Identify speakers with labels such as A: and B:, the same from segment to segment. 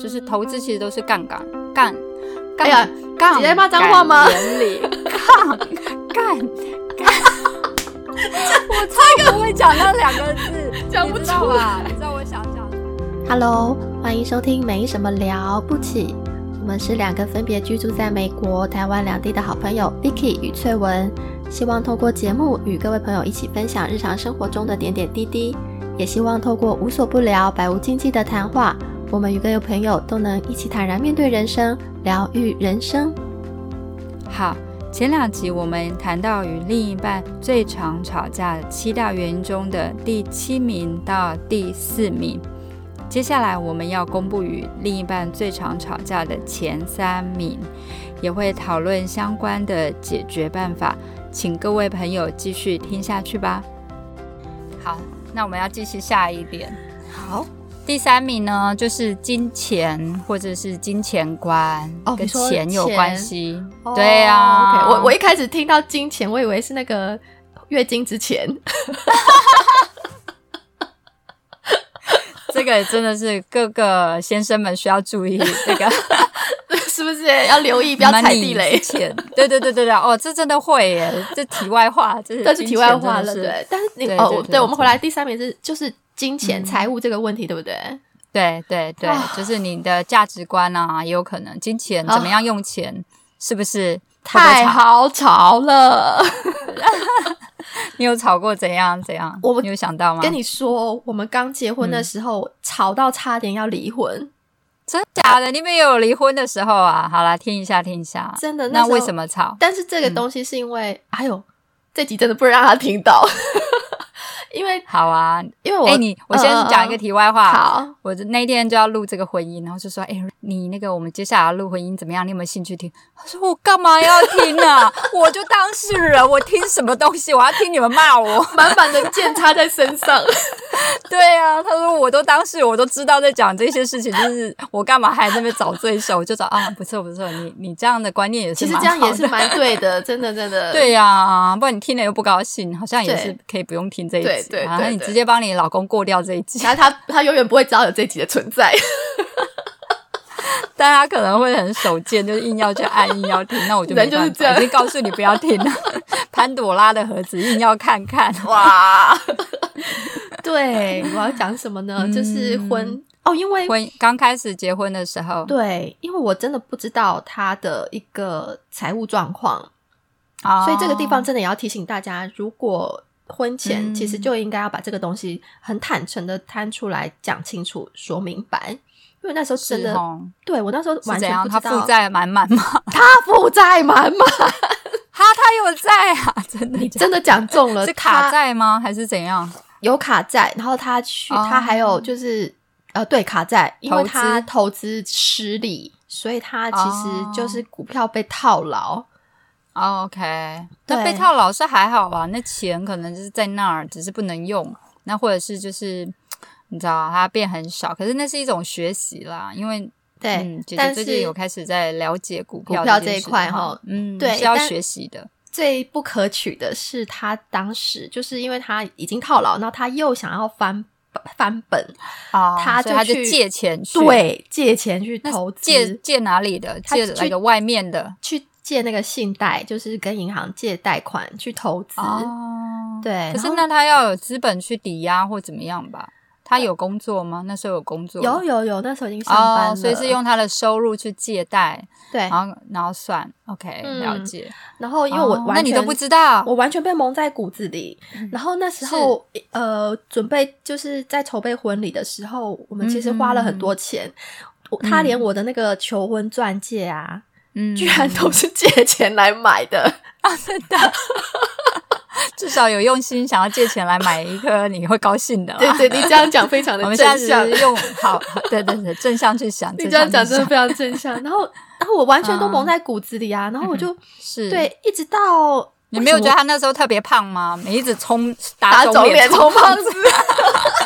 A: 就是投资其实都是杠杆杠杠
B: 哎呀
A: 杠，
B: 直接骂脏话吗
A: 原理杠杠杠，我超不会讲那两个字，
B: 讲不
A: 你知道
B: 出
A: 吧？你知道我想想。
C: Hello，欢迎收听《没什么了不起》，我们是两个分别居住在美国、台湾两地的好朋友 Vicky 与翠文，希望透过节目与各位朋友一起分享日常生活中的点点滴滴，也希望透过无所不聊、百无禁忌的谈话，我们与各位朋友都能一起坦然面对人生，疗愈人生。
A: 好，前两集我们谈到与另一半最常吵架的七大原因中的第七名到第四名，接下来我们要公布与另一半最常吵架的前三名，也会讨论相关的解决办法，请各位朋友继续听下去吧。好，那我们要继续下一点。
B: 好
A: 第三名呢，就是金钱或者是金钱观，
B: 哦
A: 跟
B: 你说
A: 钱有
B: 钱
A: 关系。对呀、啊
B: o k 我我一开始听到金钱，我以为是那个月经之前，
A: 这个真的是各个先生们需要注 意，这个
B: 是不是要留意不要踩地
A: money
B: 雷
A: 之？前。对对对对对，哦，这真的会耶，这题外话，这是
B: 这是题外话了，
A: 金钱真的是
B: 对。但是你
A: 对
B: 哦，
A: 对
B: 我
A: 对
B: 对我们回来第三名是就是金钱
A: 嗯
B: 财务这个问题，对不对？
A: 对对对
B: 啊，
A: 就是你的价值观啊，也有可能金钱
B: 啊
A: 怎么样用钱，是不是？会
B: 太
A: 不会吵，
B: 好吵了。
A: 你有吵过怎样怎样？
B: 我
A: 你有想到吗？
B: 跟你说，我们刚结婚的时候、吵到差点要离婚，
A: 真假的，你们也有离婚的时候啊？好啦，听一下听一下，
B: 真的。
A: 那
B: 时候
A: 为什？么吵？
B: 但是这个
A: 嗯
B: 东西是因为，哎呦，这集真的不能让他听到， 因为
A: 好啊，
B: 因为我、
A: 哎，你我先
B: 嗯嗯
A: 讲一个
B: 嗯
A: 题外话，
B: 好，
A: 我那天就要录这个婚姻，然后就说：“哎、你那个我们接下来要录婚姻怎么样？你有没有兴趣听？”他说：“我干嘛要听啊？我就当事人，我听什么东西？我要听你们骂我。
B: 满满的剑插在身上，”
A: 对啊，他说：“我都当事人，我都知道在讲这些事情，就是我干嘛还在那边找罪受？”我就找啊，不错不错，你你这样的观念也是
B: 其实
A: 蛮
B: 这样
A: 好
B: 也是
A: 的
B: 蛮对的，真的真的。
A: 对呀、啊不然你听了又不高兴，好像也
B: 对
A: 是可以不用听这一集，
B: 对对
A: 啊
B: 对
A: 你
B: 对
A: 直接帮你老公过掉这一集。
B: 然后他他永远不会知道有这集的存在，
A: 但他可能会很手贱， 就是硬要去按，硬要听，那我就没
B: 人就是
A: 办
B: 这
A: 法，
B: 样
A: 已经告诉你不要听 了。潘朵拉的盒子硬要看看，
B: 哦哇！ 对，我要讲什么呢？就是
A: 嗯
B: 婚哦，因为
A: 婚刚开始结婚的时候，
B: 对，因为我真的不知道他的一个财务状况，
A: 哦
B: 所以这个地方真的也要提醒大家，如果婚前
A: 嗯
B: 其实就应该要把这个东西很坦诚的摊出来讲清楚、说明白。因为那时候真
A: 是
B: 的，
A: 哦，
B: 对我那时候
A: 是
B: 完
A: 怎
B: 全
A: 样？
B: 不
A: 他
B: 知道
A: 负，债满满 吗？
B: 他负债满满，
A: 哈，他有债啊， 真的假
B: 真的讲中
A: 的
B: 了，
A: 是卡
B: 他
A: 债吗？还是怎样？
B: 有卡债，然后他去，
A: 哦
B: 他还有就是呃，对卡债，因为
A: 投资
B: 他投资失利，所以他其实就是股票被套牢。
A: 哦 OK，
B: 对
A: 那被套牢是还好吧？那钱可能就是在那儿，只是不能用。那或者是就是你知道，它变很少，可是那是一种学习啦，因为
B: 对，
A: 嗯、姐姐
B: 但
A: 最近有
B: 是
A: 开始在了解股
B: 股
A: 票
B: 票
A: 件
B: 这一
A: 事
B: 块哈
A: 嗯，
B: 对
A: 是要
B: 但
A: 学习的，
B: 最不可取的是，他当时就是因为他已经套牢，然后他又想要翻翻本，
A: 哦
B: 他
A: 所
B: 就
A: 以他就
B: 去
A: 借钱去，，
B: 对，借钱去
A: 那
B: 投
A: 借
B: 资，
A: 借哪里的？
B: 他
A: 借那
B: 去
A: 个外面的
B: 去借那个信贷，就是跟银行借贷款去投资。
A: 哦，
B: 对，
A: 可是
B: 然后
A: 那他要有资本去抵押或怎么样吧？他有工作吗？那时候有工作吗
B: 有有有，那时候已经上班了，
A: 哦，所以是用他哦的收入去借贷，
B: 对，
A: 然后然后算 OK，、
B: 嗯
A: 了解。
B: 然后因为我
A: 哦
B: 完全、
A: 那你都不知道
B: 我完全被蒙在鼓子里。
A: 嗯
B: 然后那时候，呃，准备就是在筹备婚礼的时候，我们其实花了很多钱。我他连我的那个求婚钻戒啊，
A: 嗯，
B: 居然都是借钱来买 的。
A: 至少有用心想要借钱来买一颗，你会高兴的啦。
B: 对对，你这样讲非常 的
A: 我们现在
B: 正
A: 只
B: 向，
A: 是用好，好对对对，正向去 想，
B: 你这样
A: 正向
B: 讲
A: 去
B: 真的
A: 想
B: 非常正向。然后，然后我完全都蒙
A: 嗯
B: 在鼓子里啊。然后我就、
A: 是。
B: 对，一直到
A: 嗯你没有
B: 为
A: 觉得
B: 什么
A: 他那时候特别胖吗？你一直冲打
B: 打肿脸充胖
A: 子，
B: 子，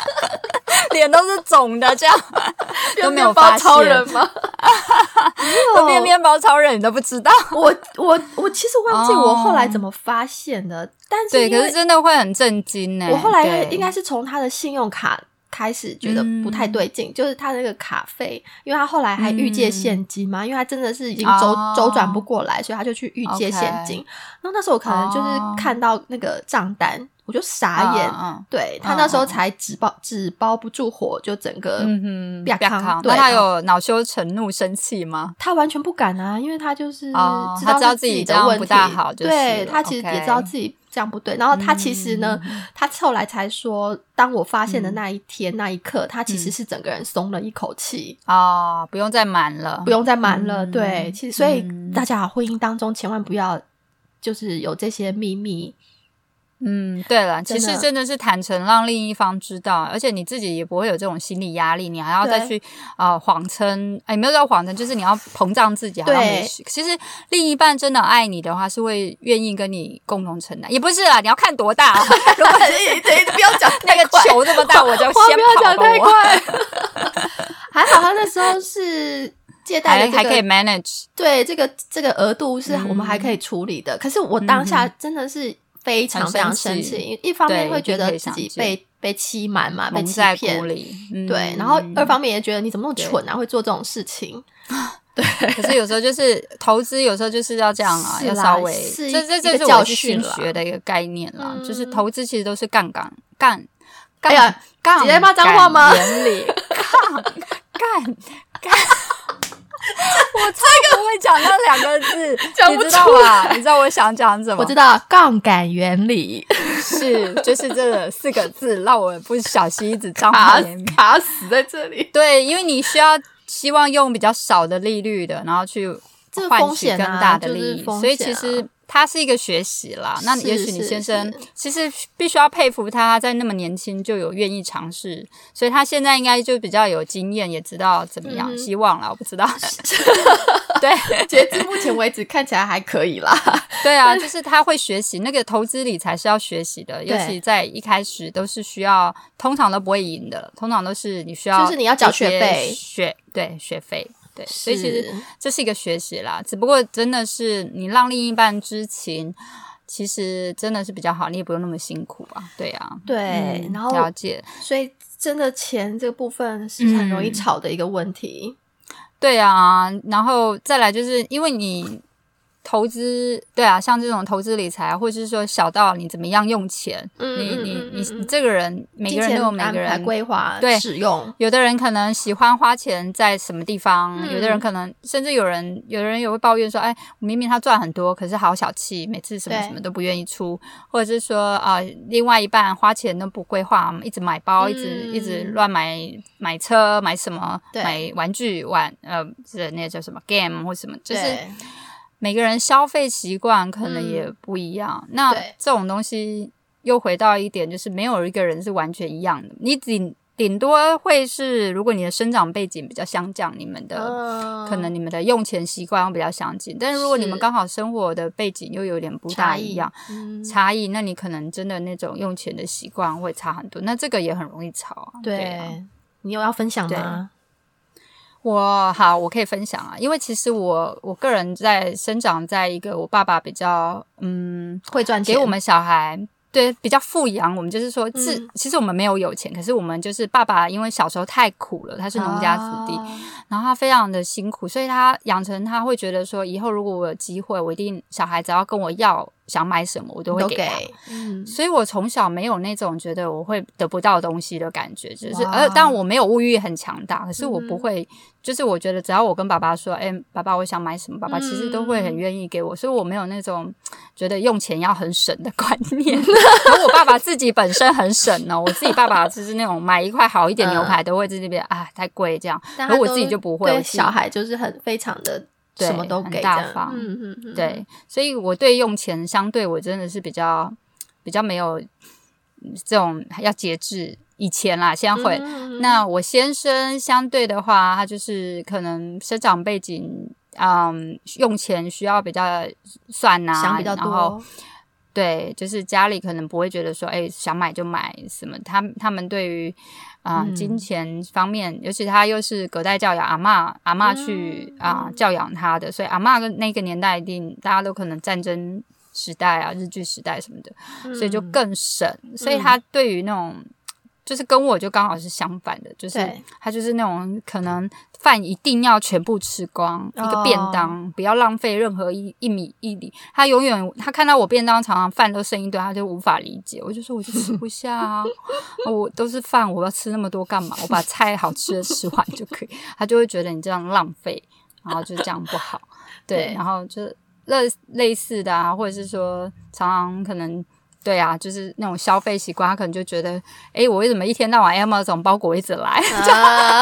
A: 脸都是肿的， 这样都没有
B: 变包
A: 发
B: 超
A: 现
B: 人吗？没
A: 都变面包超人，你都不知道。
B: 我我我其实忘记我
A: 哦
B: 后来怎么发现的，但是
A: 对，
B: 因
A: 可是
B: 为
A: 真的会很震惊呢。欸
B: 我后来
A: 嗯对
B: 应该是从他的信用卡开始觉得不太对劲，就是他那个卡费，因为他后来还预借现金嘛，因为他真的是已经周、
A: 嗯哦
B: 周转不过来，所以他就去预借现金。那那时候我可能就是看到那个账单，我就傻眼。
A: 嗯
B: 对他那时候才纸包纸包不住火，就整个
A: 嗯哼，
B: 啪
A: 不要
B: 康
A: 扛。
B: 对
A: 那他有恼羞成怒、生气吗？
B: 他完全不敢啊，因为他就是知
A: 哦
B: 道
A: 他知道
B: 是
A: 自己这
B: 的
A: 样
B: 问
A: 不
B: 题，
A: 大好就是
B: 对
A: 了
B: 他其实也
A: OK 嗯
B: 知道自己这样不对。然后他其实呢，他后来才说，当我发现的那一天、那一刻，他其实
A: 嗯
B: 是整个人松了一口气，
A: 哦，不用再瞒了，
B: 不用再瞒了。
A: 嗯
B: 对，其实所以
A: 嗯
B: 大家婚姻当中千万不要就是有这些 秘密，
A: 嗯，对了，其
B: 真的
A: 实真的是坦诚让另一方知道，而且你自己也不会有这种心理压力，你还要再
B: 对
A: 去啊、呃谎称，哎，没有叫谎称，就是你要膨胀自己，好像
B: 对
A: 没事。其实另一半真的爱你的话，是会愿意跟你共同承担，也不是啦，你要看多大、哦，
B: 如果对，不要讲
A: 那
B: 太
A: 个
B: 快
A: 球这么 大，我就
B: 话
A: 先
B: 不要
A: 跑
B: 讲太
A: 了我。
B: 快。 还好他那时候是借贷
A: 还
B: 的、这
A: 还
B: 个，
A: 可以 manage，
B: 对这个这个额度是
A: 嗯
B: 我们还可以处理的，可是我当下真的是非常
A: 很
B: 非常
A: 生
B: 生
A: 气
B: 气，因为一方面
A: 对
B: 会觉
A: 一定可
B: 得
A: 以
B: 自己
A: 想
B: 被被欺瞒嘛，被
A: 蒙
B: 欺
A: 在鼓
B: 骗，
A: 里。嗯
B: 对，然后二方面也觉得你怎么那么蠢啊，会做这种事情，
A: 可是有时候就是投资，有时候就是要这样啊，
B: 是
A: 要
B: 啦
A: 稍微，
B: 是
A: 这
B: 一
A: 这
B: 一
A: 这
B: 个
A: 是
B: 教
A: 我去
B: 训
A: 新
B: 啦
A: 学的一个概念啦，就是
B: 嗯哎
A: 投资其实都是杠杆杠杠
B: 呀
A: 杠，
B: 直接骂脏话吗
A: 原理 杠杠 杠。我超不会讲那两个字，
B: 讲
A: 你
B: 不
A: 知道
B: 出
A: 吧？你知道我想讲什么？
B: 我知道杠杆原理，
A: 是，就是这四个字让我不小心一直张
B: 卡
A: 开眼皮
B: 卡死在这里，
A: 对，因为你需要希望用比较少的利率的，然后去
B: 这个
A: 换
B: 风
A: 取
B: 险
A: 更
B: 啊
A: 大的
B: 就
A: 利
B: 是
A: 益，
B: 风
A: 所以
B: 险
A: 其
B: 啊
A: 实它是一个学习啦。那也
B: 是
A: 许你
B: 是
A: 先
B: 是
A: 生其实必须要佩服他，他在那么年轻就有愿意尝试，所以他现在应该就比较有经验，也知道怎么样。
B: 嗯哼
A: 希望啦，我不 知道。 对
B: 截至目前为止看起来还可以啦，
A: 对啊，就是他会学习那个投资理财是要学习的，尤
B: 对
A: 其在一开始都是需要，通常都不会赢的，通常都是你需要
B: 就是你要缴
A: 一些
B: 学费
A: 学对学费。对， 所以其实
B: 是
A: 这是一个学习啦，只不过真的是你让另一半知情，其实真的是比较好，你也不用那么辛苦啊。对啊，
B: 对
A: 嗯，
B: 然后
A: 了解，
B: 所以真的钱这个部分是很容易
A: 嗯
B: 吵的一个问题，
A: 对啊，然后再来就是因为你投资，对啊，像这种投资理财，啊或者是说小到你怎么样用钱，
B: 嗯
A: 你
B: 嗯
A: 你
B: 嗯
A: 你
B: 嗯
A: 你
B: 嗯
A: 这个人，每
B: 金
A: 个人
B: 钱
A: 都有每
B: 安
A: 个
B: 排
A: 人
B: 规划
A: 对
B: 使用，
A: 有的人可能喜欢花钱在什么地方，
B: 嗯
A: 有的人可能甚至有人，有的人也会抱怨说，哎，明明他赚很多，可是好小气，每次什么
B: 对
A: 什么都不愿意出，或者是说啊、呃另外一半花钱都不规划，一直买包，
B: 嗯
A: 一直一直乱买买车，买什么，
B: 对
A: 买玩具玩，呃，是那个叫什么 game 或什么，就是
B: 对
A: 每个人消费习惯可能也不一样。那
B: 嗯对
A: 这种东西又回到一点，就是没有一个人是完全一样的。你顶顶多会是，如果你的生长背景比较相近，你们的、
B: 嗯
A: 呃可能你们的用钱习惯会比较相近。但是如果你们
B: 是
A: 刚好生活的背景又有点不大
B: 差
A: 一
B: 异
A: 样，
B: 嗯
A: 差异，那你可能真的那种用钱的习惯会差很多。那这个也很容易吵啊。对啊。
B: 对，你有要分享吗？
A: 我好，我可以分享啊，因为其实我我个人在生长在一个我爸爸比较嗯
B: 会赚钱，
A: 给我们小孩对比较富养，我们就是说自、
B: 嗯
A: 其实我们没有有钱，可是我们就是爸爸因为小时候太苦了，他是农家子弟，
B: 啊
A: 然后他非常的辛苦，所以他养成他会觉得说以后如果我有机会，我一定小孩只要跟我要想买什么，我都会
B: 都
A: 给他。
B: 给，嗯，
A: 所以我从小没有那种觉得我会得不到东西的感觉，就是
B: 哇
A: 呃，但我没有物欲很强大，可是我
B: 嗯
A: 不会，就是我觉得只要我跟爸爸说，哎、爸爸我想买什么，爸爸
B: 嗯
A: 其实都会很愿意给我，所以我没有那种觉得用钱要很省的观念。 而我爸爸自己本身很省哦呢、我自己爸爸就是那种买一块好一点
B: 嗯
A: 牛排都会在那边啊太贵这样，
B: 但
A: 而
B: 他
A: 我
B: 都
A: 自己就不会我
B: 对
A: 自己
B: 小孩就是很非常的
A: 对
B: 什么都给
A: 很
B: 这
A: 大
B: 样，
A: 方
B: 嗯嗯嗯，
A: 对，所以我对用钱相对我真的是比较比较没有嗯这种要节制。以前啦，现在会，
B: 嗯，
A: 那我先生相对的话，他就是可能生长背景，嗯，用钱需要比较算呐、
B: 想比较
A: 然后
B: 多，
A: 对，就是家里可能不会觉得说，哎、想买就买什么。他他们对于啊、呃
B: 嗯
A: 金钱方面，尤其他又是隔代教养，阿嬷阿嬷去
B: 嗯
A: 啊、
B: 嗯
A: 教养他的，所以阿嬷跟那个年代一定大家都可能战争时代啊、日据时代什么的，所以就
B: 嗯
A: 更省。所以他对于那种就是跟我就刚好是相反的，就是
B: 对
A: 他就是那种可能饭一定要全部吃光，
D: 哦
A: 一个便当不要浪费任何一一米一厘。他永远他看到我便当常常饭都剩一堆，他就无法理解。我就说我就吃不下啊， 我都是饭，我要吃那么多干嘛？我把菜好吃的吃完就可以。他就会觉得你这样浪费，然后就这样不 好。对，
D: 对
A: 然后就类类似的啊，或者是说常常可能。对啊，就是那种消费习惯，他可能就觉得，诶，我为什么一天到晚 Amazon 包裹一直来？
B: 啊，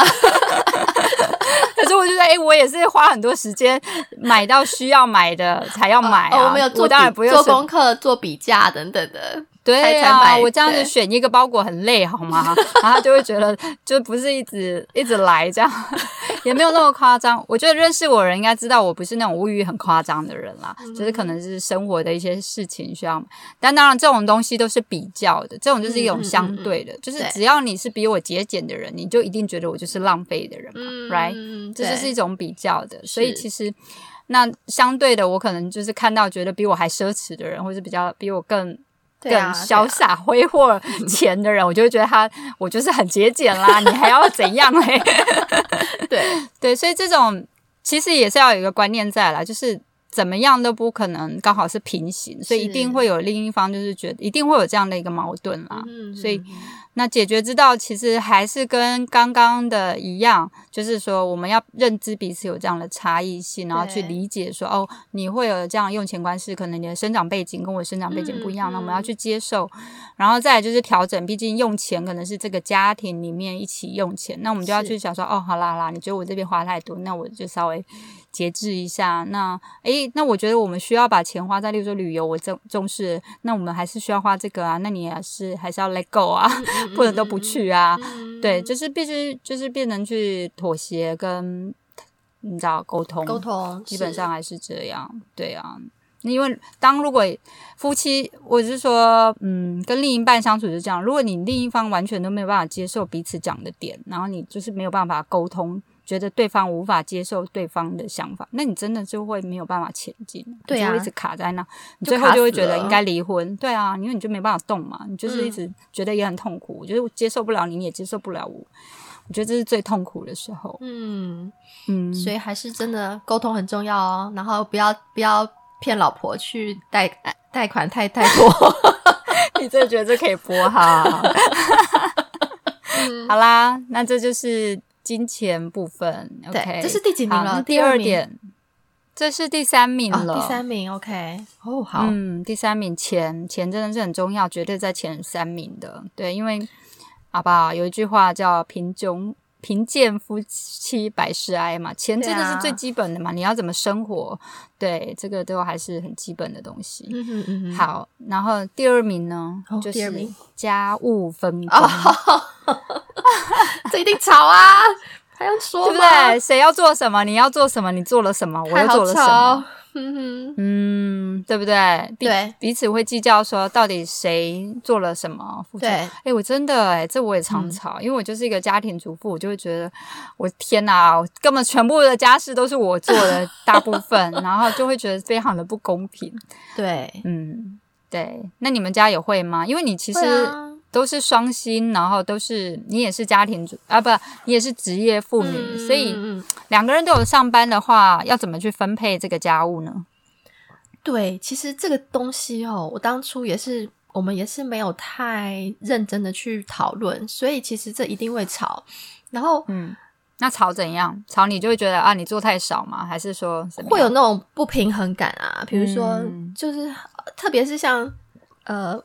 A: 可是我就觉得，诶，我也是花很多时间买到需要买的才要买啊。
B: 哦
D: 呃我们有做
A: 当然
D: 比
A: 不用
D: 做
A: 随
D: 功课、做比价等等的，
A: 对
D: 才
A: 啊，
D: 买
A: 我这样子
D: 对
A: 选一个包裹很累，好 吗？然后他就会觉得就不是一直一直来这样， 也没有那么夸张。我觉得认识我的人应该知道，我不是那种物欲很夸张的人啦，
D: 嗯
A: 就是可能是生活的一些事情需要。但当然，这种东西都是比较的，这种就是
D: 嗯
A: 一种相对的，就是
D: 对
A: 只要你是比我节俭的人，你就一定觉得我就是浪费的人嘛、
D: 嗯
A: r i g h t 这就是一种比较的。所以其实那相对的，我可能就是看到觉得比我还奢侈的人，或是比较比我更。
D: 对啊
A: 更潇洒挥霍钱的人，我就会觉得他，我就是很节俭啦，你还要怎 样嘞？
D: 对对
A: 对，所以这种其实也是要有一个观念在啦，就是怎么样都不可能刚好是平行，所以一
B: 是
A: 定会有另一方就是觉得一定会有这样的一个矛盾啦。
D: 嗯
A: 所以那解决之道其实还是跟刚刚的一样，就是说我们要认知彼此有这样的差异性，然后去
B: 对
A: 理解说哦，你会有这样的用钱观是可能你的生长背景跟我的生长背景不一样，
D: 嗯
A: 那我们要去接受，然后再来就是调整，毕竟用钱可能是这个家庭里面一起用钱，那我们就要
B: 是
A: 去想说哦，好啦好啦，你觉得我这边花太多，那我就稍微节制一下。那诶，那我觉得我们需要把钱花在，例如说旅游，我重重视，那我们还是需要花这个啊，那你也是还是要 let go 啊。不能都不去啊。对，就是必须就是变成去妥协跟你知道沟通，
B: 嗯沟通
A: 基本上还是这样。对啊，因为当如果夫妻，我是说，嗯，跟另一半相处是这样，如果你另一方完全都没有办法接受彼此讲的点，然后你就是没有办法沟通。觉得对方无法接受对方的想法，那你真的就会没有办法前进，
B: 对
A: 你
B: 啊
A: 就会一直卡在那，你
D: 就
A: 最后
D: 卡
A: 就会
D: 死
A: 觉得
D: 了
A: 应该离婚。对啊，因为你就没办法动嘛，你就是一
D: 嗯
A: 直觉得也很痛苦，我觉得我接受不了你，你也接受不了我，我觉得这是最痛苦的时候。
D: 嗯，
A: 嗯，
B: 所以还是真的沟通很重要哦，然后不要不要骗老婆去贷哎贷款太太 多，
A: 你真的觉得这可以播哈？
B: 嗯
A: 好啦，那这就是金钱部分。OK，
B: 这是第几名
A: 好
B: 了
A: 那
B: 第
A: 第
B: 二
A: 二
B: 名
A: 点，这是第三名了。
B: 哦、第三名，OK，哦，好，
A: 嗯，第三名钱，钱真的是很重要，绝对在前三名的。对，因为好不好？有一句话叫“贫穷贫贱夫妻百事哀”嘛，钱
B: 对
A: 真的
B: 啊
A: 是最基本的嘛，你要怎么生活？对，这个都还是很基本的东西。
B: 嗯哼嗯哼，
A: 好，然后第二名呢，
B: 哦
A: 就
B: 第二
A: 是
B: 名哦
A: 家务分工，
B: 这一定吵啊，还用
A: 对
B: 说
A: 不
B: 吗？
A: 对？谁要做什么，你要做什么，你做了什么，我
B: 太
A: 又做
B: 好
A: 了什
B: 吵
A: 么，，
B: 嗯哼，
A: 嗯，对不对？彼
B: 对
A: 彼此会计较说到底谁做了什么，付出
B: 对，嗯
A: 哎、我真的哎、这我也常吵，因为我就是一个家庭主妇，我就会觉得，我天哪，我根本全部的家事都是我做 的大部分，然后就会觉得非常的不公平。
B: 对，
A: 嗯，对。那你们家也会吗？因为你其实
B: 会啊
A: 都是双薪，然后都是你也是家庭主啊，不，你也是职业妇女，
D: 嗯
A: 所以
B: 嗯嗯嗯
A: 两个人都有上班的话，要怎么去分配这个家务呢？
B: 对，其实这个东西哦，我当初也是，我们也是没有太认真的去讨论，所以其实这一定会吵，然后
A: 嗯，那吵怎样？吵你就会觉得啊，你做太少吗？还是说怎么
B: 会
A: 样
B: 有那种不平衡感啊，比如说
A: 嗯
B: 就是呃特别是像呃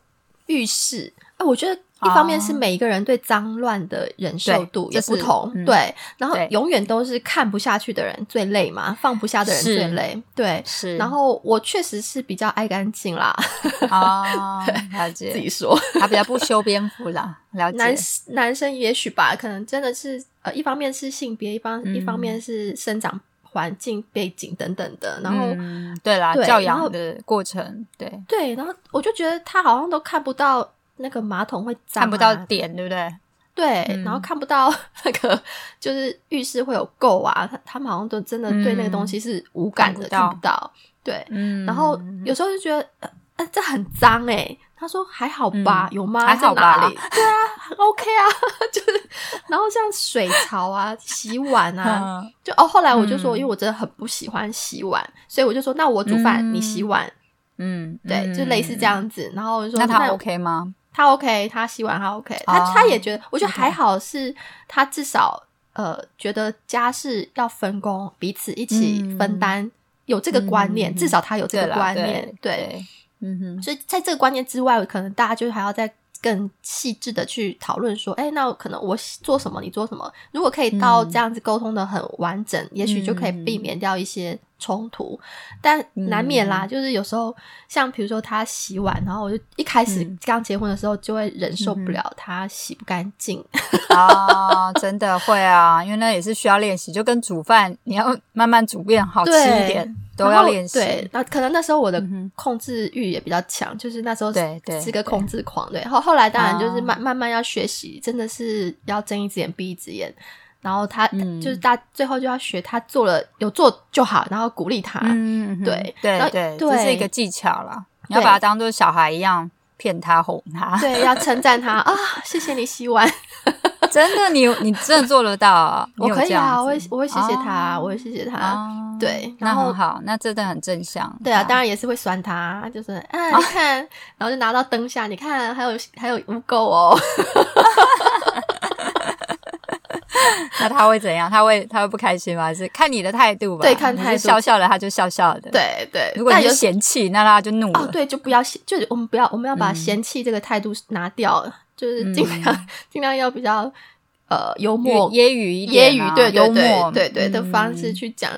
B: 浴室，哎、我觉得一方面是
A: 哦
B: 每一个人对脏乱的忍受度
A: 对
B: 也
A: 这
B: 不
A: 是
B: 同，
A: 嗯
B: 对，然后
A: 对
B: 永远都是看不下去的人最累嘛，放不下的人
A: 是
B: 最累，对。
A: 是，
B: 然后我确实是比较爱干净啦，
A: 哦，了解，啊
B: 自己说，
A: 他比较不修边幅啦，了解。
B: 男男生也许吧，可能真的是呃，一方面是性别，一方、一方
A: 嗯
B: 面是生长环境背景等等的，然后、
A: 嗯、对啦，
B: 对
A: 教
B: 然后
A: 养的过程，对，
B: 对，然后我就觉得他好像都看不到那个马桶会脏啊、
A: 看不到点，对不对？
B: 对，
A: 嗯
B: 然后看不到 那个就是浴室会有垢啊，他他们好像都真的对那个东西是无感的，
A: 嗯看
B: 看
A: 不到
B: 不到。对，
A: 嗯，
B: 然后有时候就觉得、呃呃，这很脏哎、他说还好吧，
A: 嗯
B: 有吗？
A: 还好
B: 在哪
A: 吧
B: 里？对啊很，OK 啊， 就是，然后像水槽啊、洗碗 啊，
A: 嗯
B: 就哦，后来我就
A: 嗯
B: 说，因为我真的很不喜欢洗碗，所以我就说，那我煮饭，
A: 嗯
B: 你洗碗，
A: 嗯，
B: 对，就类似这样子。然后我就说，
A: 那他
B: 那
A: OK 吗？哦
B: 他 OK，他洗碗他 OK，、他他也觉得，我觉得
A: OK
B: 还好是，他至少呃觉得家事要分工，彼此一起分担，有这个观念，
A: 嗯
B: 至少他有这
A: 对
B: 个
A: 啦
B: 观念，对。
A: 对，嗯哼，
B: 所以在这个观念之外，可能大家就还要再更细致的去讨论说，哎、那可能我做什么，你做什么。如果可以到
A: 嗯
B: 这样子沟通的很完整，也许就可以避免掉一些冲突。但难免
A: 嗯
B: 啦，就是有时候像比如说他洗碗，然后我就一开始
A: 嗯
B: 刚结婚的时候就会忍受不
A: 嗯
B: 了他洗不干净，
A: 啊，真的会啊，因为那也是需要练习，就跟煮饭，你要慢慢煮变好吃
B: 对
A: 一点，都要练习。
B: 对，那可能那时候我的
A: 嗯哼
B: 控制欲也比较强，就是那时候
A: 对对
B: 是个控制狂，对。后后来当然就是
A: 啊
B: 慢慢慢要学习，真的是要睁一只眼闭一只眼。然后他
A: 嗯
B: 就是大最后就要学，他做了有做就好，然后鼓励他。
A: 嗯，嗯嗯
B: 对然后
A: 对对，
B: 对
A: 这是一个技巧啦，你要把它当做小孩一样骗他哄 他。
B: 对，要称 赞他啊！谢谢你洗碗，
A: 真的，你你真的做得到 啊？
B: 我
A: 你有
B: 可以
A: 这样
B: 啊，
A: 子
B: 我会我会谢谢他，
A: 哦
B: 我会谢谢他。
A: 啊，
B: 对
A: 那
B: 然后
A: 很好，那真的很正向。
B: 对啊，当然也是会酸他，就是 啊，你看，然后就拿到灯下，你看还有还有污垢哦，
A: 那他会怎样？他会他会不开心吗？还是看你的态度吧？
B: 对看
A: 你
B: 态
A: 是
B: 度
A: 笑笑的，他就笑笑的。，
B: 对对。
A: 如果
B: 但
A: 你
B: 有
A: 是嫌弃，那他就怒
B: 哦，
A: 了。
B: 对，就不要嫌，就是我们不要，我们要把
A: 嗯
B: 嫌弃这个态度拿掉，就是尽量、
A: 嗯
B: 尽量要比较呃幽
A: 揶
B: 默、
A: 揶揄一
B: 揶
A: 点啊
B: 揄，对对
A: 幽
B: 对
A: 默，
B: 对对的方式
A: 嗯
B: 去讲，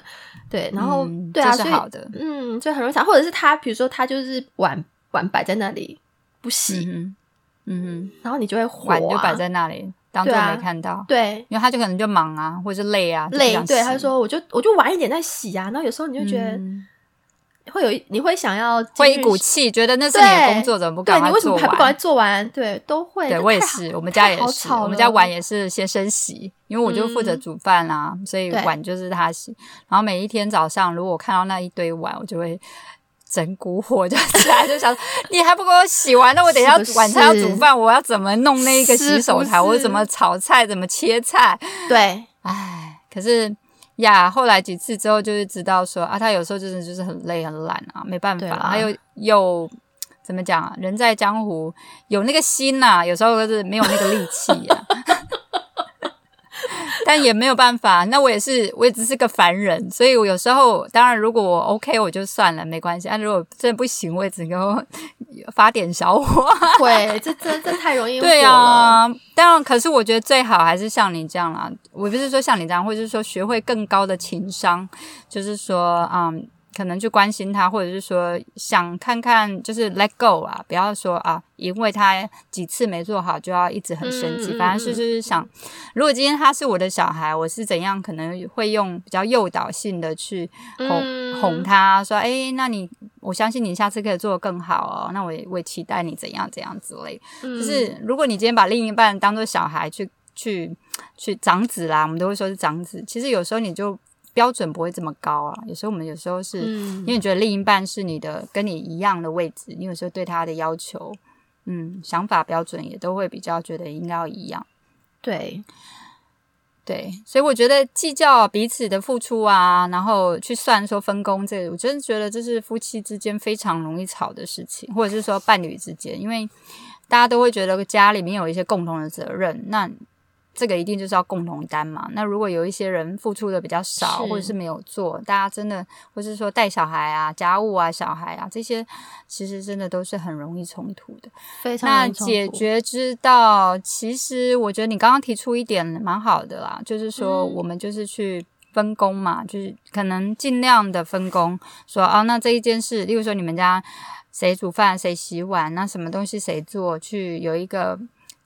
B: 对，然后、
A: 嗯
B: 对啊，
A: 这
B: 所
A: 是
B: 以
A: 好的。
B: 嗯，就很容易想，或者是他，比如说他就是碗碗摆在那里不洗，
A: 嗯哼，嗯
B: 然后你就会
A: 哼，
B: 火、啊，
A: 碗就摆在那里，当做
B: 对啊
A: 没看到。
B: 对。
A: 因为他就可能就忙啊，或者是累啊，就不
B: 累
A: 想，
B: 对，
A: 洗
B: 他就说我就我就晚一点再洗啊，然后有时候你就觉得
A: 嗯
B: 会有一，你会想要继
A: 会
B: 续
A: 一股
B: 洗，
A: 气，觉得那是你的工作，怎么不赶
B: 对
A: 快
B: 你为什
A: 做
B: 么还不赶快
A: 完？
B: 做完？对，都会。
A: 对
B: 这
A: 我也
B: 太好
A: 是，我们家也
B: 太好
A: 是，
B: 吵
A: 我们家
B: 了
A: 碗也是先生洗，因为我就负责
B: 嗯
A: 煮饭啦、所以
B: 对
A: 碗就是他洗。然后每一天早上，如果我看到那一堆碗，我就会整股火就 起来，就想说 你还不给我洗完，那我等一下
B: 是不
A: 晚餐要
B: 是
A: 煮饭，我要怎么弄那个
B: 是
A: 洗手
B: 不
A: 台，我
B: 是
A: 怎么炒菜，怎么切菜，
B: 对，
A: 唉，可是呀，后来几次之后，就是知道说啊，他有时候真的就是很累很懒啊，没办
B: 对
A: 法，
B: 啦
A: 还有又怎么讲啊？人在江湖，有那个心呐、有时候就是没有那个力气呀、 但也没有办法，那我也是，我也只是个凡人，所以我有时候，当然如果我 OK 我就算了，没关系。啊，如果真的不行，我也只能发点小火。
B: 会，这这这太容易
A: 对
B: 呀、
A: 啊，当然，可是我觉得最好还是像你这样啦。我不是说像你这样，或者是说学会更高的情商，就是说，嗯，可能去关心他，或者是说想看看，就是 let go 啊，不要说啊，因为他几次没做好就要一直很生气。
B: 嗯嗯
A: 反正是就是想，如果今天他是我的小孩，我是怎样，可能会用比较诱导性的去哄、
B: 嗯
A: 哄他，说，哎，那你，我相信你下次可以做得更好哦，那我也我也期待你怎样怎样之类的
B: 就
A: 就是如果你今天把另一半当做小孩去去去长子啦，我们都会说是长子。其实有时候你就标准不会这么高啊。有时候我们有时候是、
B: 嗯
A: 因为你觉得另一半是你的跟你一样的位置，你有时候对他的要求，嗯，想法标准也都会比较觉得应该要一样。
B: 对，
A: 对，所以我觉得计较彼此的付出啊，然后去算说分工这个，我真的觉得这是夫妻之间非常容易吵的事情，或者是说伴侣之间，因为大家都会觉得家里面有一些共同的责任，那这个一定就是要共同担嘛。那如果有一些人付出的比较少，
B: 是
A: 或者是没有做，大家真的，或是说带小孩啊、家务啊、小孩啊这些，其实真的都是很容易冲突的。
B: 非常
A: 那
B: 容易冲
A: 解
B: 突
A: 决之道，其实我觉得你刚刚提出一点蛮好的啦，就是说
B: 嗯
A: 我们就是去分工嘛，就是可能尽量的分工，说啊，那这一件事，例如说你们家谁煮饭谁洗碗，那什么东西谁做，去有一个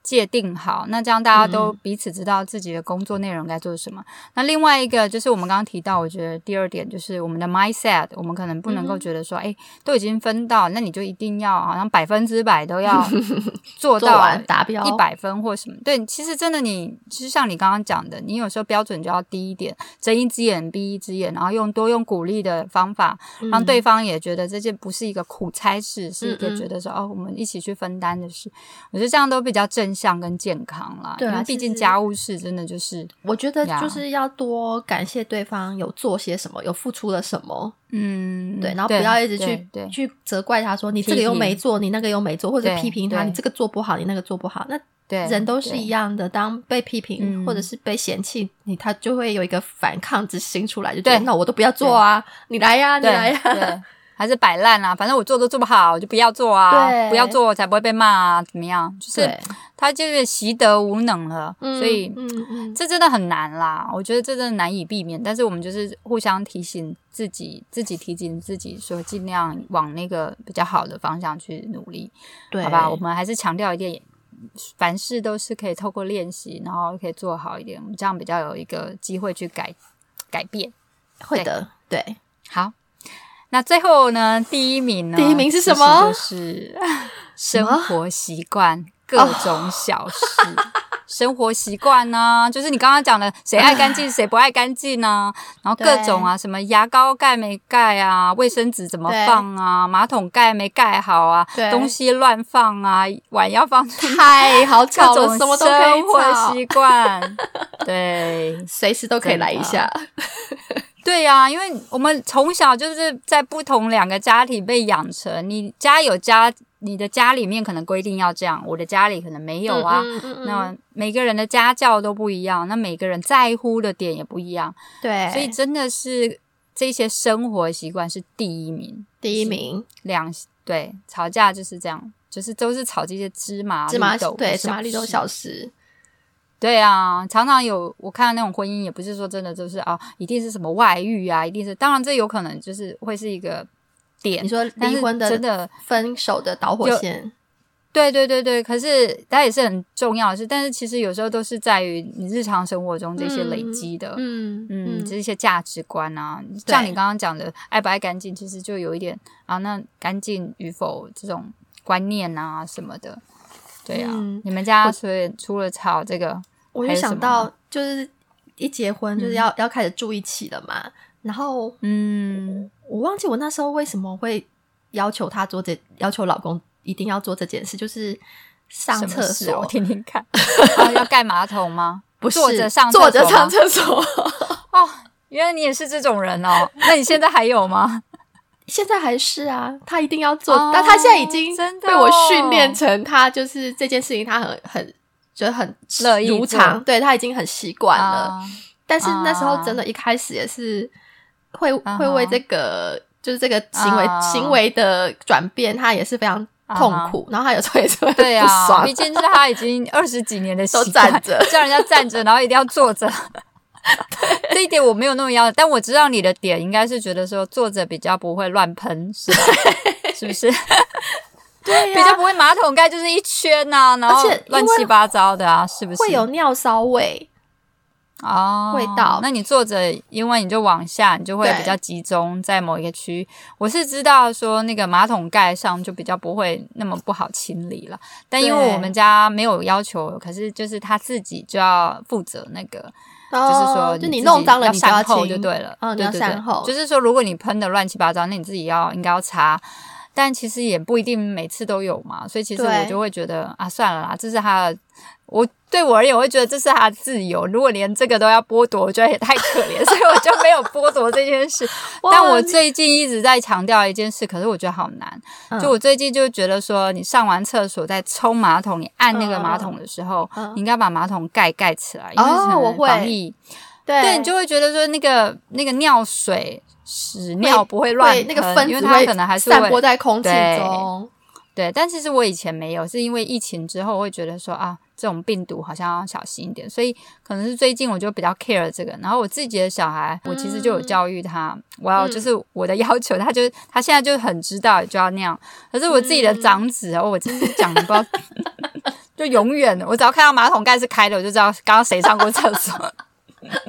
A: 界定好，那这样大家都
B: 嗯
A: 彼此知道自己的工作内容该做什么。那另外一个就是我们刚刚提到，我觉得第二点就是我们的 mindset，我们可能不能
B: 嗯
A: 够觉得说，哎、都已经分到，那你就一定要好像百分之百都 要做
C: 做
A: 到
C: 完达标
A: 一百分或什么。对，其实真的你，其实像你刚刚讲的，你有时候标准就要低一点，睁一只眼闭一只眼，然后用多用鼓励的方法，
B: 嗯
A: 让对方也觉得这件不是一个苦差事，是一
B: 嗯
A: 个
B: 嗯
A: 觉得说哦，我们一起去分担的事。我觉得这样都比较正向跟健康啦，
B: 对啊
A: 因为毕
B: 其
A: 竟
B: 实
A: 家务事真的就是
B: 我觉得
A: 呀
B: 就是要多感谢对方有做些什么，有付出了什么，
A: 嗯，
B: 对，然后不要一直
A: 对
B: 去
A: 对
B: 去责怪他说你
A: 批
B: 这个又没
A: 评
B: 做，你那个又没做，或者
A: 对
B: 批评他
A: 对
B: 你这个做不好，你那个做不好。那
A: 对
B: 人都是一
A: 样。
B: 样的，当被批评
A: 嗯
B: 或者是被嫌弃，你他就会有一个反抗之心出来，就觉
A: 对
B: 得那我都不要做啊，你来呀，你
A: 对
B: 来呀。
A: 对， 还是摆烂啊，反正我做都做不好，我就不要做啊
B: 对，
A: 不要做我才不会被骂啊，怎么样？就是
B: 对，
A: 他就是习得无能了，
B: 嗯
A: 所以。
B: 嗯嗯，
A: 这真的很难啦，我觉得这真的难以避免。但是我们就是互相提醒自己，自己提醒自己，说尽量往那个比较好的方向去努力，
B: 对，
A: 好吧？我们还是强调一点，凡事都是可以透过练习，然后可以做好一点，我们这样比较有一个机会去改改变。
B: 会的，对。
A: 好，那最后呢，第一名呢？
B: 第一名是什么
A: 其实 就是生活习惯各种小事。
B: 哦
A: 生活习惯呢，就是你刚刚讲的，谁爱干 净，谁不爱干净呢？然后各种啊，什么牙膏盖没盖啊，卫生纸怎么
B: 对
A: 放啊，马桶盖没盖好啊
B: 对，
A: 东西乱放啊，碗要放 出去，
B: 嗨，好
A: 各
B: 吵，哦
A: 种
B: 我什么都可以
A: 生活
B: 吵，
A: 习惯， 对，
B: 随时都可以来一下。
A: 对呀、因为我们从小就是在不同两个家庭被养成，你家有家，你的家里面可能规定要这样，我的家里可能没有啊。
B: 嗯，嗯嗯嗯
A: 那每个人的家教都不一样，那每个人在乎的点也不一样，
B: 对，
A: 所以真的是这些生活习惯是第一名。
B: 第一名
A: 两对吵架就是这样，就是都是吵这些芝麻
B: 芝麻
A: 绿豆
B: 对
A: 的
B: 芝麻绿豆
A: 事
B: 小事，
A: 对啊，常常有我看到那种婚姻，也不是说真的就是啊，一定是什么外遇啊，一定是，当然这有可能就是会是一个点
B: 你。说
A: 但
B: 离
A: 是
B: 婚
A: 真
B: 的
A: 的，
B: 分手的导火
A: 有
B: 线，
A: 对对对对，可是它也是很重要的事，但是其实有时候都是在于你日常生活中这些累积的，嗯
B: 嗯
A: 这些价值观啊，像你刚刚讲的爱不爱干净，其实就有一点啊，那干净与否这种观念啊什么的，对啊，
B: 嗯
A: 你们家所以除了吵这个，
B: 我
A: 还有
B: 就
A: 什
B: 想
A: 么
B: 到
A: 呢
B: 就是一结婚就是
A: 嗯
B: 要要开始住一起了嘛，然后
A: 嗯，
B: 我忘记我那时候为什么会要求他做这，要求老公一定要做这件事，就是上
A: 什么
B: 厕
A: 事啊
B: 所
A: 我。听听看。 啊要盖马桶吗？
B: 不是
A: 坐着上
B: 坐着
A: 厕所吗
B: 上厕所，
A: 哦，原来你也是这种人哦。那你现在还有吗？
B: 现在还是啊，他一定要做，
A: 哦
B: 但他现在已经
A: 真的
B: 被我
A: 哦
B: 训练成他就是这件事情，他很很觉得很
A: 乐意
B: 如
A: 做
B: 常，对他已经很习惯了。
A: 啊
B: 但是那时候
A: 啊
B: 真的一开始也是会
A: 啊哈
B: 会为这个就是这个行为
A: 啊
B: 行为的转变，他也是非常痛苦，然后他有时候也是会
A: 对
B: 不
A: 啊，
B: 爽
A: 毕，竟是他已经二十几年的习
B: 都
A: 惯
B: 站，着。
A: 叫人家站着，然后一定要坐着。这一点我没有那么要，但我知道你的点应该是觉得说坐着比较不会乱喷，是吧？是不是？
B: 对
A: 比较不会马桶盖就是一圈呐、然后
B: 而且因为
A: 乱七八糟的啊，是不是？
B: 会有尿骚味，
A: 哦，
B: 味道
A: 那你坐着，因为你就往下，你就会
B: 对
A: 比较集中在某一个区域。我是知道说那个马桶盖上就比较不会那么不好清理了，但因为
B: 对
A: 我们家没有要求，可是就是他自己就要负责那个，
B: 就
A: 就是说
B: 哦就
A: 你
B: 你
A: 自己
B: 弄脏了，
A: 要
B: 你就
A: 善后
B: 清，
A: 就对了，
B: 嗯，你
A: 对
B: 要
A: 对
B: 善
A: 对，
B: 后，
A: 就是说如果你喷的乱七八糟，那你自己要应该要擦。但其实也不一定每次都有嘛，所以其实
B: 对
A: 我就会觉得啊，算了啦，这是他的，我对我而言，我会觉得这是他的自由。如果连这个都要剥夺，我觉得也太可怜， 所以我就没有剥夺这件事。
B: 哇
A: 但我最近一直在强调一件事，可是我觉得好难。
B: 嗯
A: 就我最近就觉得说，你上完厕所再冲马桶，你按那个马桶的时候，
B: 嗯嗯嗯
A: 你应该把马桶盖盖起来，因为
B: 哦
A: 可能
B: 我会
A: 防疫
B: 对
A: 对你就会觉得说那个那个尿水屎尿不会乱
B: 对那个
A: 喷
B: 分
A: 因为
B: 子
A: 它
B: 会
A: 可能还是
B: 散播
A: 会
B: 在空气
A: 对
B: 中。
A: 对。但其实我以前没有，是因为疫情之后会觉得说啊，这种病毒好像要小心一点，所以可能是最近我就比较 care 这个。然后我自己的小孩，我其实就有教育他，
B: 嗯
A: 我要就是我的要求，他就他现在就很知道就要那样。可是我自己的长子哦，我真是讲的不知道。 就永远我只要看到马桶盖是开的，我就知道刚刚谁上过厕所。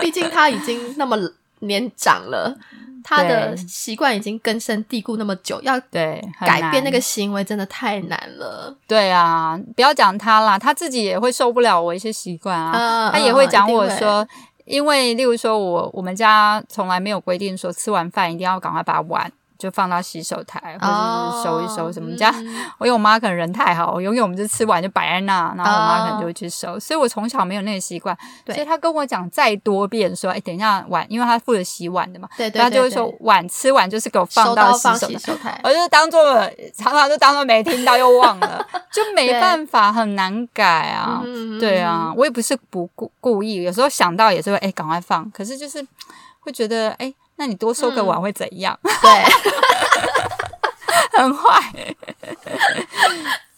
B: 毕竟他已经那么年长了，他的习惯已经根深蒂固那么久，要
A: 对，很
B: 改变
A: 难
B: 那个行为真的太难了。
A: 对啊，不要讲他啦，他自己也会受不了我一些习惯啊。
B: 嗯
A: 他也会讲我，
B: 嗯
A: 说，因为例如说我我们家从来没有规定说吃完饭一定要赶快把碗就放到洗手台，
B: 嗯
A: 或者是收一收什么。家，
B: 嗯
A: 我有我妈可能人太好，永远我们就吃完就摆在那，然后我妈
B: 哦
A: 可能就会去收，所以我从小没有那个习惯。
B: 对
A: 所以她跟我讲再多遍说，哎，等一下碗，因为她负责洗碗的嘛，
B: 对对，
A: 然后她就会
B: 对
A: 说
B: 对
A: 碗吃完就是给我放
B: 收
A: 到
B: 到
A: 洗
B: 放
A: 手台
B: 洗。手台。
A: 我就当做常常就当做没听到又忘了，就没
B: 对
A: 办法，很难改啊。
B: 嗯
A: 对，啊，我也不是不故故意，有时候想到也是会哎赶、快放，可是就是会觉得哎、那你多收个碗会怎样？
B: 嗯对，
A: 很 坏。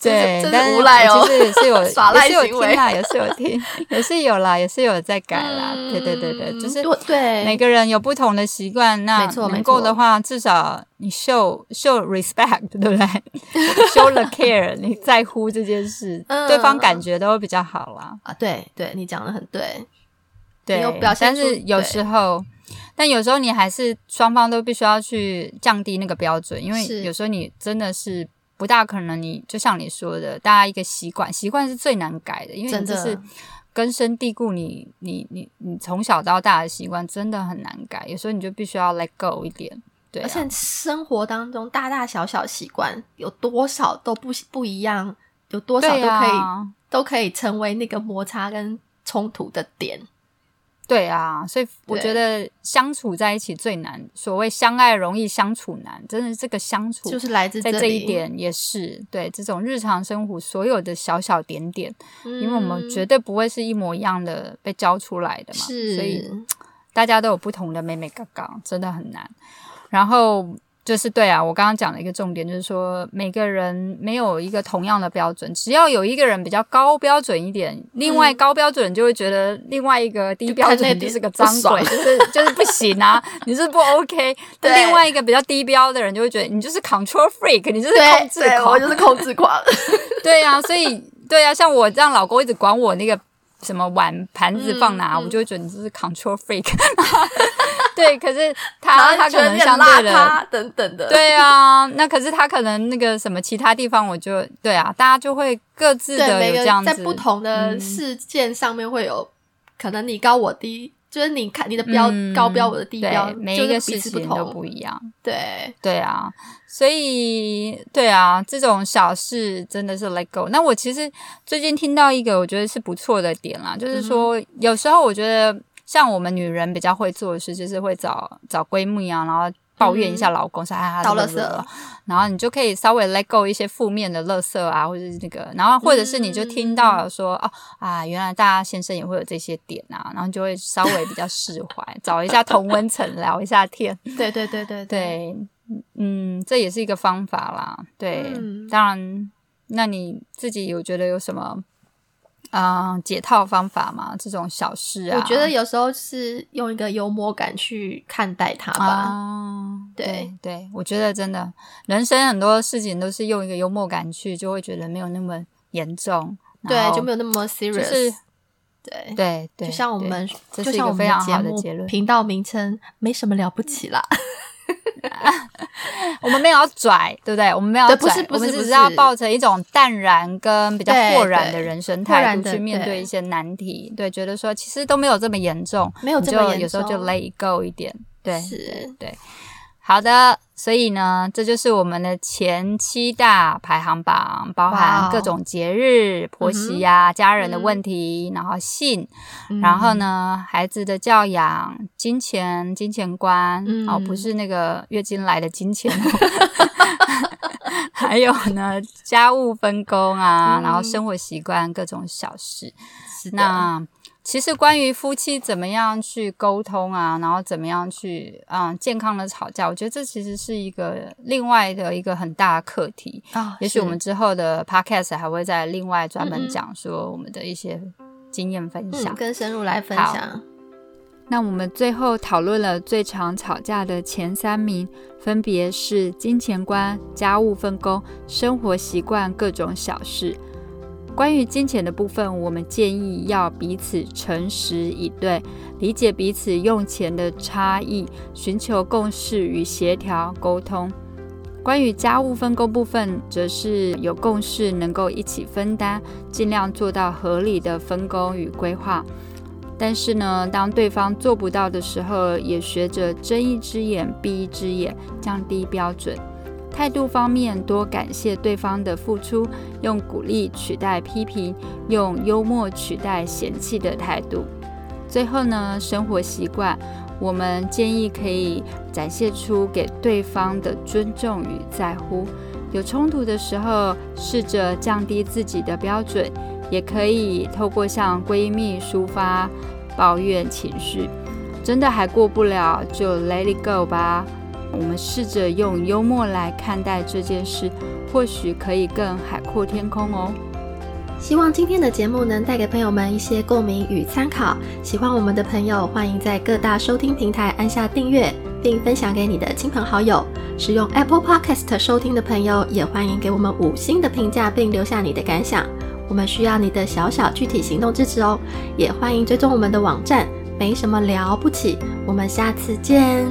A: 对，
B: 真是
A: 但是
B: 无赖哦
A: 我其实也是有
B: 耍赖
A: 也是有
B: 行为
A: 听啦，也是有听， 也是有啦，也是有在改啦。对对对对，就是
B: 嗯对嗯对
A: 每个人有不同的习惯，那
B: 没错
A: 能
B: 没
A: 够
B: 错
A: 的话，至少你秀秀 respect，对 不对？秀了 care，你在乎这件事，
B: 嗯
A: 对方感觉都会比较好啦。
B: 啊，对对，你讲的很对，
A: 对，
B: 有表现
A: 但是
B: 出
A: 有
B: 对
A: 时候，但有时候你还是双方都必须要去降低那个标准，因为
B: 是
A: 有时候你真的是不大可能你，就像你说的，大家一个习惯，习惯是最难改的，因为
B: 真
A: 你
B: 的
A: 就是根深蒂固你，你你你从小到大的习惯真的很难改，有时候你就必须要 let go 一点，对、啊，
B: 而且生活当中大大小小习惯有多少都不不一样，有多少
A: 对
B: 都可以、
A: 啊
B: 都可以成为那个摩擦跟冲突的点。
A: 对啊，所以我觉得相处在一起最难，所谓相爱容易相处难，真的这个相处
B: 就是来自
A: 嗯在
B: 这
A: 这一
B: 里
A: 点也是对这种日常生活所有的小小点点，因为我们绝
B: 得
A: 对不会是一模一样的被教出来的嘛，
B: 嗯是，
A: 所以大家都有不同的美美嘎嘎，真的很难。然后就是对啊，我刚刚讲的一个重点就是说，每个人没有一个同样的标准，只要有一个人比较高标准一点，另
B: 嗯
A: 外高标准就会觉得另外一个低标
B: 就看那
A: 准
B: 点
A: 就是个脏鬼，
B: 不爽
A: 就是就是不行 啊，你是不 OK。但
B: 对
A: 另外一个比较低标的人就会觉得你就是 control freak，你就是控
B: 对
A: 制
B: 对，
A: 狂
B: 我，就是控制 狂。
A: 对呀、所以对呀、啊像我让老公一直管我那个什么碗盘子放哪，
B: 嗯嗯
A: 我就会觉得你这是 control freak。对，可是
B: 然
A: 他
B: 后
A: 啊他
B: 觉
A: 可
B: 得
A: 能
B: 你
A: 相
B: 很
A: 对的，
B: 邋遢等等的，
A: 对啊，那可是他可能那个什么其他地方，我就对啊，大家就会各自
B: 对，
A: 的
B: 每
A: 有
B: 个
A: 这
B: 人
A: 样子
B: 在不同的
A: 嗯
B: 事件上面会有、可能你高我低，就是你看你的标、高标，我的低
A: 嗯对
B: 标，
A: 每
B: 就
A: 一
B: 是
A: 个
B: 彼
A: 事
B: 此不
A: 情都
B: 同，
A: 不一样。
B: 对，
A: 对啊，所以对啊，这种小事真的是 let go。那我其实最近听到一个我觉得是不错的点啦，就是说、
B: 嗯
A: 有时候我觉得像我们女人比较会做的事，就是会找找闺蜜啊，然后抱怨一下老公、说啊
B: 嗯倒
A: 了
B: 垃圾
A: 了，然后你就可以稍微 let go 一些负面的垃圾啊，或者是那个，然后或者是你就听到说、
B: 嗯
A: 哦啊，原来大家先生也会有这些点啊，然后你就会稍微比较释怀， 找一下同温层聊一下天。
B: 对对对对，
A: 对，嗯，这也是一个方法啦。对，
B: 嗯
A: 当然，那你自己有觉得有什么啊、呃解套方法吗？这种小事啊，
B: 我觉得有时候是用一个幽默感去看待它吧。
A: 啊，
B: 对
A: 对对，我觉得真的，人生很多事情都是用一个幽默感去，就会觉得没有那么严重，然
B: 对，
A: 后
B: 就没有那么 serious、
A: 就是
B: 对，
A: 对对，
B: 就像我
A: 对
B: 们，
A: 这
B: 就是
A: 一
B: 像
A: 个
B: 我们
A: 非常
B: 节
A: 好的
B: 目
A: 结论
B: 频道名称没什么了不起啦。
A: 我们没有要拽，对不对？我们没有要
B: 对不
A: 拽，
B: 是不
A: 我们
B: 是
A: 只
B: 不
A: 是要
B: 是
A: 抱着一种淡然跟比较
B: 对
A: 豁然
B: 对
A: 的人生
B: 豁
A: 态
B: 然
A: 度
B: 的
A: 去面对
B: 对
A: 一些难题，对，觉得说其实都没有这么严重，
B: 没有
A: 你
B: 这么
A: 就
B: 严
A: 有时候就
B: 重
A: let it go 一点，对，
B: 是
A: 好的，所以呢，这就是我们的前七大排行榜，包含
B: 哇哦嗯
A: 各种节日、婆媳呀、家人的问题，然后性，然后呢，孩子的教养、金钱、金钱观，
B: 嗯
A: 哦，不是那个月经来的金钱哦。 还有呢，家务分工啊，
B: 嗯
A: 然后生活习惯各种小事，
B: 是的
A: 那其实关于夫妻怎么样去沟通啊，然后怎么样去嗯健康的吵架，我觉得这其实是一个另外的一个很大的课题。
B: 啊，
A: 也许我
B: 是
A: 们之后的 podcast 还会再另外专门
B: 嗯嗯
A: 讲说我们的一些经验分享。
B: 嗯更深入来分
A: 好
B: 享。
A: 那我们最后讨论了最常吵架的前三名，分别是金钱观、家务分工、生活习惯各种小事。关于金钱的部分，我们建议要彼此诚实以对，理解彼此用钱的差异，寻求共识与协调沟通。关于家务分工部分，则是有共识，能够一起分担，尽量做到合理的分工与规划。但是呢，当对方做不到的时候，也学着睁一只眼闭一只眼，降低标准。态度方面，多感谢对方的付出，用鼓励取代批评，用幽默取代嫌弃的态度。最后呢，生活习惯，我们建议可以展现出给对方的尊重与在乎。有冲突的时候，试着降低自己的标准，也可以透过向闺蜜抒发抱怨情绪。真的还过不了，就 let it go 吧。我们试着用幽默来看待这件事，或许可以更海阔天空哦。
B: 希望今天的节目能带给朋友们一些共鸣与参考。喜欢我们的朋友，欢迎在各大收听平台按下订阅，并分享给你的亲朋好友。使用 Apple Podcast 收听的朋友，也欢迎给我们五星的评价，并留下你的感想。我们需要你的小小具体行动支持哦。也欢迎追踪我们的网站，没什么了不起。我们下次见。